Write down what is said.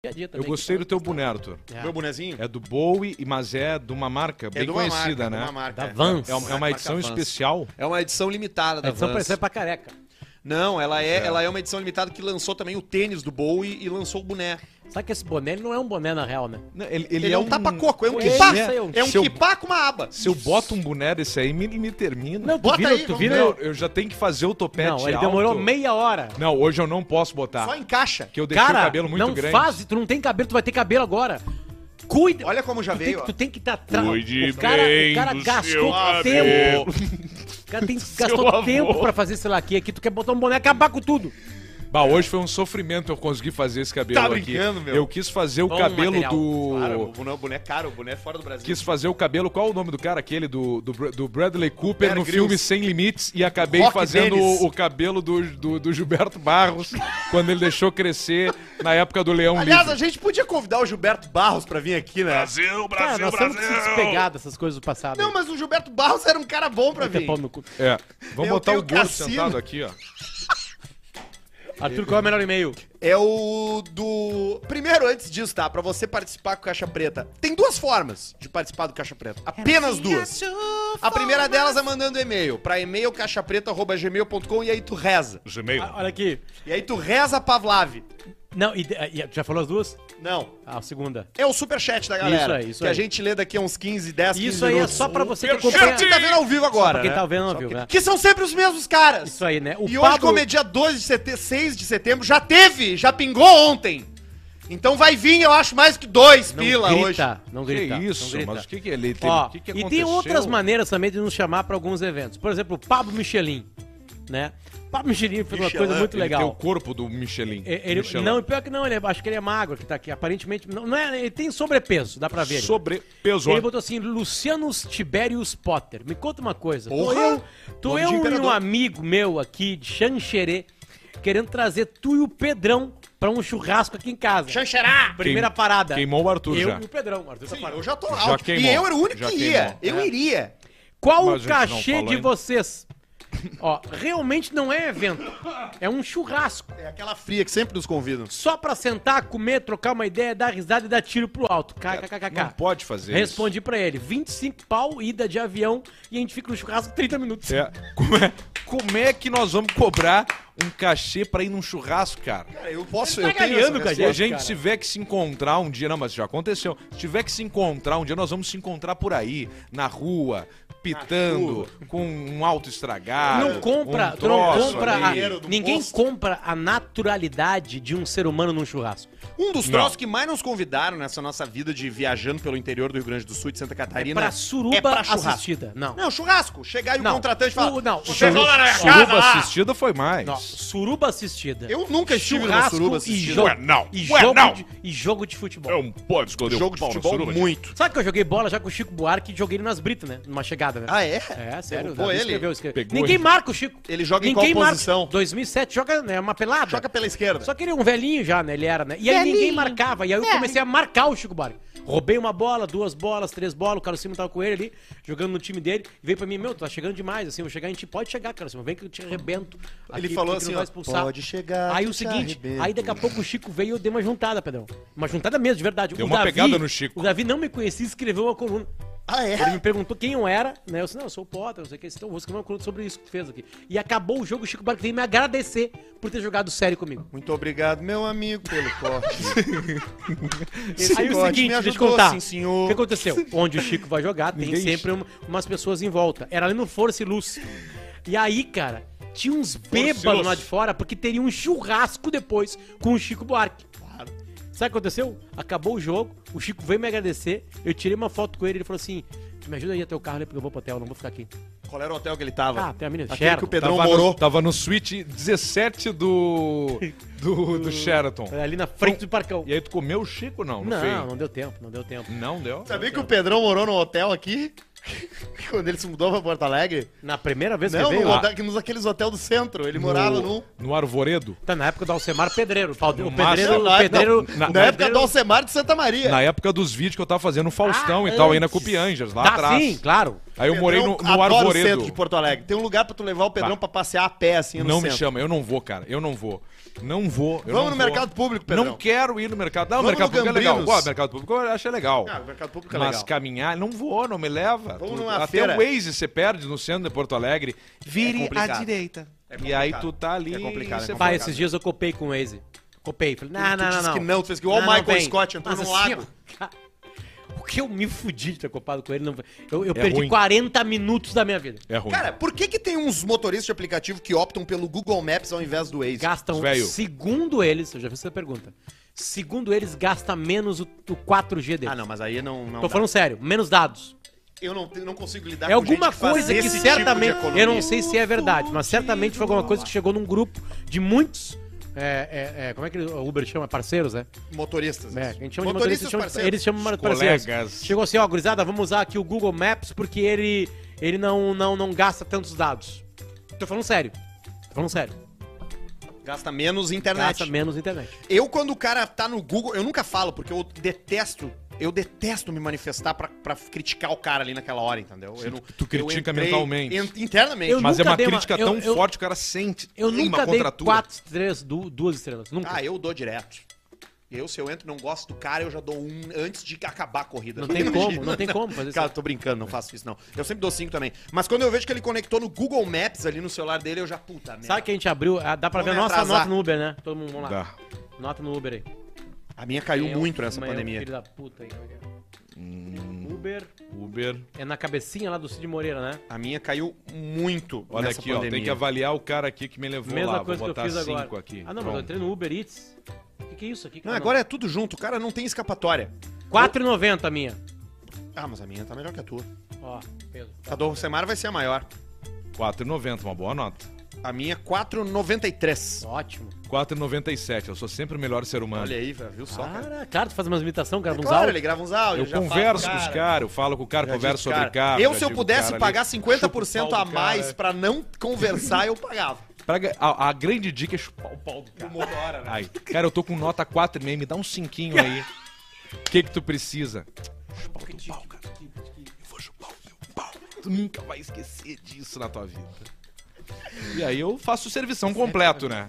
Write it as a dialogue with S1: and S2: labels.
S1: dia a dia
S2: Eu
S1: também.
S2: gostei do teu boné, Arthur.
S1: É.
S3: Meu bonezinho?
S2: É do Bowie, mas é de uma marca bem
S3: de uma
S2: conhecida,
S3: marca,
S2: né?
S3: de uma marca.
S1: Da Vans.
S2: É uma, é uma
S3: Marca
S2: edição
S3: Vans.
S2: especial.
S3: É uma edição limitada
S1: É
S3: da
S1: São
S3: Vans.
S1: Paulo, pra careca.
S3: Não, ela é, ela é uma edição limitada que lançou também o tênis do Bowie e lançou o boné.
S1: Sabe que esse boné ele não é um boné na real, né?
S2: Não, Ele, ele
S3: Ele, é um tapacoco, é um
S1: Ele
S3: quipá.
S1: é-
S3: É um
S2: Seu-
S3: quipá com uma aba.
S2: Se eu boto um boné desse aí, me, me termina.
S1: Não, tu
S3: Bota
S1: vira,
S3: aí,
S1: tu
S3: vamos
S1: vira.
S3: ver.
S2: Não, eu já tenho que fazer o topete
S1: Não, ele
S2: alto.
S1: demorou meia hora.
S2: Não, hoje eu não posso botar.
S3: Só encaixa.
S2: Porque eu deixei
S1: Cara,
S2: o cabelo muito
S1: não
S2: grande.
S1: faz, tu não tem cabelo, tu vai ter cabelo agora. Cuida.
S3: Olha como já
S1: tu
S3: veio,
S1: Tem,
S3: ó.
S1: que- tu tem que estar atrás.
S4: Cuide
S1: O cara,
S4: bem
S1: o cara
S4: do
S1: gastou
S4: seu
S1: tempo. O cara tem, gastou
S4: avô.
S1: tempo pra fazer esse laque aqui. Tu quer botar um boné e acabar com tudo.
S2: Bah, hoje foi um sofrimento eu conseguir fazer esse cabelo
S3: Tá
S2: aqui.
S3: brincando, meu?
S2: Eu quis fazer o
S1: Bom
S2: cabelo
S1: um material.
S2: do...
S3: Claro, o boné, o boné é caro, o boné é fora do Brasil.
S2: Quis fazer o cabelo, qual o nome do cara? Aquele do, do, Br- do Bradley Cooper
S3: Bear
S2: no
S3: Grylls.
S2: filme Sem Limites e acabei
S3: Rock
S2: fazendo
S3: Dennis.
S2: o, o cabelo do, do, do Gilberto Barros quando ele deixou crescer na época do Leão
S3: Aliás,
S2: Livre.
S3: a gente podia convidar o Gilberto Barros pra vir aqui, né?
S4: Brasil,
S1: Cara,
S4: Brasil,
S1: nós temos que se
S4: Brasil.
S1: despegar dessas coisas do passado.
S3: Não,
S1: aí.
S3: mas o Gilberto Barros era um cara bom pra
S1: Bater
S3: vir.
S1: pau no cu.
S2: É, vamos
S3: Eu
S2: botar o
S3: tenho
S2: gordo
S3: cassino.
S2: sentado aqui, ó.
S1: Arthur, qual é o melhor e-mail?
S3: É o do. Primeiro, antes disso, tá? Pra você participar com o Caixa Preta, tem duas formas de participar do Caixa Preta. Apenas duas. A primeira delas é mandando e-mail. Pra e-mail caixapreta.gmail.com e aí tu reza.
S4: Gmail.
S1: Ah, Olha aqui.
S3: E aí tu reza Pavlave.
S1: Não, e, ah, e- tu já falou as duas?
S3: Não.
S1: Ah, a segunda.
S3: É o superchat da galera.
S1: Isso aí, isso
S3: que a
S1: aí.
S3: gente lê daqui a uns 15, 10, 15
S1: Isso aí é
S3: minutos.
S1: só pra você que
S3: Pra
S1: acompanha.
S3: quem tá vendo ao vivo agora.
S1: Pra quem
S3: né?
S1: tá vendo ao vivo,
S3: que,
S1: né?
S3: que são sempre os mesmos caras.
S1: Isso aí, né? O
S3: e hoje,
S1: Pablo-
S3: como é dia 12 de setembro, 6 de setembro, já teve, já pingou ontem. Então vai vir, eu acho, mais que dois
S1: Não
S3: pila hoje.
S1: grita, não
S2: Que
S1: grita. não
S2: isso,
S1: grita.
S2: mas o que, que ele tem?
S1: Ó,
S2: o que que
S1: e tem
S2: aconteceu?
S1: outras maneiras também de nos chamar pra alguns eventos. Por exemplo, o Pablo Michelin, né? O Pablo Michelin fez uma
S3: Michelin,
S1: coisa muito
S2: Ele tem o
S1: legal.
S2: corpo do Michelin.
S1: E- Ele,
S2: Michelin.
S1: não, pior que não, ele é- acho que ele é magro que tá aqui. Aparentemente, não, não é, ele tem sobrepeso, dá pra ver. ele.
S2: Sobrepeso.
S1: Ele botou assim, Luciano Tiberius Potter. Me conta uma coisa. Tô
S3: Porra!
S1: eu, tô
S3: Nome
S1: eu
S3: de
S1: e um
S3: imperador.
S1: amigo meu aqui de Xanxerê querendo trazer tu e o Pedrão pra um churrasco aqui em casa.
S3: Xanxerá!
S1: Primeira parada.
S2: Queimou o Arthur
S1: eu
S2: já.
S1: e o Pedrão. O Arthur tá parado.
S3: Eu já tô alto.
S2: queimou,
S3: e eu era o único
S2: já
S3: que ia.
S2: queimou.
S1: É.
S3: Eu iria.
S1: Qual
S2: Mas a
S1: o
S2: gente não
S1: cachê
S2: falou
S1: de
S2: ainda.
S1: vocês? Ó, realmente não é evento. É um churrasco.
S3: É aquela fria que sempre nos convidam.
S1: Só pra sentar, comer, trocar uma ideia, dar risada e dar tiro pro alto.
S2: Não
S1: KKKK.
S2: pode fazer
S1: Respondi pra ele. 25 pau, ida de avião e a gente fica no churrasco 30 minutos.
S2: isso. É, Como, é, como é que nós vamos cobrar um cachê pra ir num churrasco, cara?
S3: Cara, eu posso...
S1: Ele tá ganhando,
S3: essa
S1: cara.
S2: Se a
S1: Deus,
S2: gente tiver que se encontrar um dia, não, mas já aconteceu. Se tiver que se encontrar um dia, nós vamos se encontrar por aí, na rua, pitando, com um auto estragado.
S1: não compra,
S2: um
S1: tu não
S2: troço
S1: compra a-
S2: ali.
S3: dinheiro do
S1: ninguém
S3: posto.
S1: compra a naturalidade de um ser humano num churrasco.
S3: Um dos
S2: Não.
S3: troços que mais nos convidaram nessa nossa vida de viajando pelo interior do Rio Grande do Sul e de Santa
S1: É
S3: Catarina
S1: pra suruba
S3: churrasco.
S1: assistida. Não.
S3: Não, churrasco. Chegar e o
S1: Não.
S3: contratante fala...
S1: O- não.
S3: Vocês vão lá na minha casa
S2: Suruba
S3: lá.
S2: assistida foi mais.
S1: Não, suruba assistida.
S3: Eu nunca estive numa
S1: churrasco
S3: suruba
S1: e
S3: assistida.
S1: jogo,
S4: Ué, não.
S1: E,
S4: Ué,
S1: jogo
S4: não.
S1: De, e jogo de futebol.
S4: Não É um pode esconder
S3: Jogo de
S4: pau no
S3: futebol
S4: suruba.
S3: muito.
S1: Sabe que eu joguei bola já com o Chico Buarque e joguei ele nas britas, né? Numa chegada, né?
S3: Ah, é?
S1: É, sério.
S3: Derrubou
S1: Davi
S3: ele?
S1: escreveu, escreveu.
S2: Pegou
S1: Ninguém
S2: ele.
S1: marca o Chico.
S3: Ele joga em
S1: Ninguém
S3: qual
S1: marca.
S3: posição?
S1: 2007 joga, né? Uma pelada.
S3: Joga pela esquerda.
S1: Só que ele é um velhinho já, né? Ele era, né? E aí ninguém marcava. E aí eu
S3: É.
S1: comecei a marcar o Chico Buarque. Roubei uma bola, duas bolas, três bolas. O Carlos Simon tava com ele ali, jogando no time dele. E veio pra mim, meu, tu tá chegando demais. Assim, eu vou chegar, a gente pode chegar, Carlos Simon. Vem que eu te arrebento.
S3: Ele
S1: aqui,
S3: falou
S1: porque tu
S3: assim,
S1: não
S3: ó,
S1: vai expulsar.
S3: "Pode chegar,
S1: Aí
S3: eu
S1: o
S3: te
S1: seguinte,
S3: arrebento."
S1: aí daqui a pouco o Chico veio e eu dei uma juntada, Pedrão. Uma juntada mesmo, de verdade.
S2: Deu uma pegada no Chico.
S1: O Davi não me conhecia e escreveu uma coluna.
S3: Ah, é?
S1: Ele me perguntou quem eu era, né? Eu disse, não, eu sou o Potter, não sei o que. Então, eu vou escrever uma coluna sobre isso que tu fez aqui. E acabou o jogo, o Chico Buarque veio me agradecer por ter jogado sério comigo.
S3: Muito obrigado, meu amigo, pelo corte.
S1: aí é o seguinte,
S3: corte me
S1: deixa eu te
S3: ajudou,
S1: contar.
S3: sim, senhor.
S1: O que aconteceu? Onde o Chico vai jogar, tem
S2: Ninguém-
S1: sempre um- umas pessoas em volta. Era ali no Força e Luz. E aí, cara, tinha uns bêbados
S4: Luz.
S1: lá de fora, porque teria um churrasco depois com o Chico Buarque. Sabe o que aconteceu? Acabou o jogo, o Chico veio me agradecer, eu tirei uma foto com ele, ele falou assim, tu me ajuda aí até o carro, né, porque eu vou pro hotel, não vou ficar aqui.
S3: Qual era o hotel que ele tava?
S1: Ah, tem a menina,
S3: Aquele que
S1: Sheraton.
S3: o Pedrão
S2: tava
S3: morou.
S2: No, tava no suíte 17 do, do, do Sheraton.
S1: Ali na frente do Parcão.
S2: E aí tu comeu o Chico, não? No
S1: Não,
S2: fim?
S1: não deu tempo, não deu tempo.
S2: Não deu?
S3: Sabia que o Pedrão morou num hotel aqui? Quando ele se mudou pra Porto Alegre?
S1: Na primeira vez que
S3: Não,
S1: veio...
S3: no hotel, nos aqueles hotel do centro. Ele morava num.
S2: No Arvoredo?
S1: Tá na época do Alcemar Pedreiro. O Pedreiro, o
S2: Mas-
S1: pedreiro,
S2: Não,
S3: na-
S1: pedreiro-
S3: na, na época do Alcemar de Santa Maria.
S2: Na época dos vídeos que eu tava fazendo o Faustão
S3: Ah,
S2: e tal, ainda com o Piangers, lá
S1: Tá,
S2: atrás.
S1: Ah, Sim, claro.
S2: Aí eu morei no,
S3: Pedrão
S2: no
S3: adora o centro
S2: Arvoredo.
S1: Tá.
S3: de Porto Alegre. Tem um lugar pra tu levar o Pedrão
S2: Bah.
S3: pra passear a pé, assim, no
S2: Não me
S3: centro.
S2: chama, eu não vou, cara, eu não vou. Não vou. eu
S3: Vamos
S2: não
S3: no
S2: vou.
S3: mercado público, Pedrão.
S2: Não quero ir no mercado. Não, o
S3: Vamos
S2: mercado
S3: no
S2: público é legal.
S3: Gambrinos.
S2: Ó, mercado público eu acho legal.
S3: Ah, o mercado público é
S2: Mas
S3: legal.
S2: caminhar, não vou, não me leva.
S3: Vamos
S2: Tu-
S3: numa
S2: Até
S3: feira.
S2: o Waze você perde no centro de Porto Alegre. Vire à
S3: complicado.
S2: direita.
S3: É
S2: e aí
S3: complicado.
S2: tu tá ali.
S3: É complicado,
S2: e
S3: é
S2: você
S3: complicado.
S2: vai.
S1: Pai, esses dias eu copei com o Waze. Copei. Falei, não,
S3: Tu-
S1: não,
S3: tu
S1: não,
S3: disse
S1: não.
S3: que não, tu fez que igual o
S1: Não, não
S3: Michael
S1: vem.
S3: Scott entrou
S1: Mas
S3: num
S1: assim,
S3: lago.
S1: ó, cara, o que eu me fudi de ter copado com ele? Não... Eu, eu perdi
S2: É ruim.
S1: 40 minutos da minha vida.
S2: É ruim.
S3: Cara, por que que tem uns motoristas de aplicativo que optam pelo Google Maps ao invés do Waze?
S1: Gastam,
S2: Velho.
S1: segundo eles, eu já fiz essa pergunta. Segundo eles, gasta menos o, o 4G deles.
S3: Ah, não, mas aí não... não
S1: Tô
S3: dá.
S1: falando sério, menos dados.
S3: Eu não, eu não consigo lidar
S1: É alguma
S3: gente faz
S1: coisa que
S3: esse tipo de
S1: certamente.
S3: economia.
S1: eu não sei se é verdade, mas certamente foi alguma coisa que chegou num grupo de muitos. é, é, é, como é que o Uber chama? Parceiros, né?
S3: Motoristas.
S1: É, a gente chama de motorista, eles
S3: Motoristas
S1: chamam,
S3: parceiros.
S1: eles chamam de
S2: Os
S1: parceiros.
S2: colegas.
S1: Chegou assim, ó, gurizada, vamos usar aqui o Google Maps porque ele, ele não, não, não gasta tantos dados. Tô falando sério. Tô falando sério.
S3: Gasta menos internet.
S1: Gasta menos internet.
S3: Eu, quando o cara tá no Google, eu nunca falo, porque eu detesto. Eu detesto me manifestar pra, pra criticar o cara ali naquela hora, entendeu? Eu não,
S2: tu critica
S3: eu entrei
S2: mentalmente.
S3: en- internamente.
S1: Eu
S2: Mas é
S1: nunca
S2: uma
S1: dei uma-
S2: crítica
S1: eu-
S2: tão
S1: eu-
S2: forte que o cara sente.
S1: Eu
S2: tem
S1: nunca dei quatro, três, du- duas estrelas. Nunca.
S3: Ah, eu dou direto. Eu, se eu entro e não gosto do cara, eu já dou um antes de acabar a corrida.
S1: Não tem como, não tem como fazer
S3: Cara,
S1: isso.
S3: tô brincando, não faço isso não. Eu sempre dou cinco também. Mas quando eu vejo que ele conectou no Google Maps ali no celular dele, eu já, puta merda.
S1: Sabe que a gente abriu, ah, dá pra
S3: Vou
S1: ver a
S3: me
S1: nossa
S3: atrasar.
S1: nota no Uber, né? Todo mundo, vamos lá.
S2: Dá.
S1: Nota no Uber aí.
S3: A minha caiu
S1: Quem é o-
S3: muito nessa
S1: quem é o
S3: pandemia. Hum.
S1: Filho da puta aí. como é que é? Uber
S2: Uber.
S1: é na cabecinha lá do Cid Moreira, né?
S3: A minha caiu muito
S2: Olha
S3: nessa
S2: aqui, ó. Tem que
S3: pandemia.
S2: avaliar o cara aqui que me levou
S1: Mesma
S2: lá.
S1: coisa
S2: Vou
S1: que eu
S2: botar
S1: fiz
S2: cinco
S1: agora.
S2: aqui.
S1: Ah, não, mas eu
S2: Pronto.
S1: entrei no Uber Eats. O que, que é isso aqui?
S3: Não, agora é tudo junto, o cara não tem escapatória.
S1: 4,90 a minha.
S3: Ah, mas a minha tá melhor que a tua.
S1: Ó, Pedro.
S3: A do Semar vai ser a maior.
S2: 4,90, uma boa nota.
S3: A minha 4,93.
S1: Ótimo.
S2: 4,97. Eu sou sempre o melhor ser humano.
S3: Olha aí, velho, viu só, cara? É
S1: Cara, claro, tu faz umas imitações, grava Ah, uns
S3: Claro, ele
S1: áudios.
S3: grava uns áudios.
S2: Eu
S3: já fala
S2: converso
S3: pro
S2: com os caras, eu falo com o cara,
S3: já diz
S2: converso
S3: pro
S2: sobre
S3: cara.
S2: carro.
S3: Eu,
S2: já
S3: se eu
S2: digo pro
S3: pudesse
S2: cara ali,
S3: pagar
S2: chupa
S3: 50%
S2: o pau
S3: a
S2: do
S3: mais
S2: cara.
S3: pra não conversar, eu pagava.
S2: Praga- a, a grande dica é chupar o pau do cara.
S3: Uma hora, né?
S2: Ai, cara, eu tô com nota 4,5, me dá um cinquinho aí. O que que tu precisa? Chupar o teu pau, cara. Eu vou chupar o teu pau. Tu
S1: é
S2: nunca vai esquecer disso na tua vida. E aí eu faço o servição completo, né?